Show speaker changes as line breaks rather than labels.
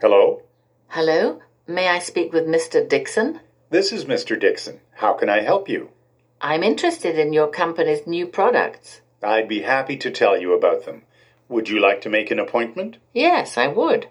Hello?
Hello, may I speak with Mr. Dixon?
This is Mr. Dixon. How can I help you?
I'm interested in your company's new products.
I'd be happy to tell you about them. Would you like to make an appointment?
Yes, I would.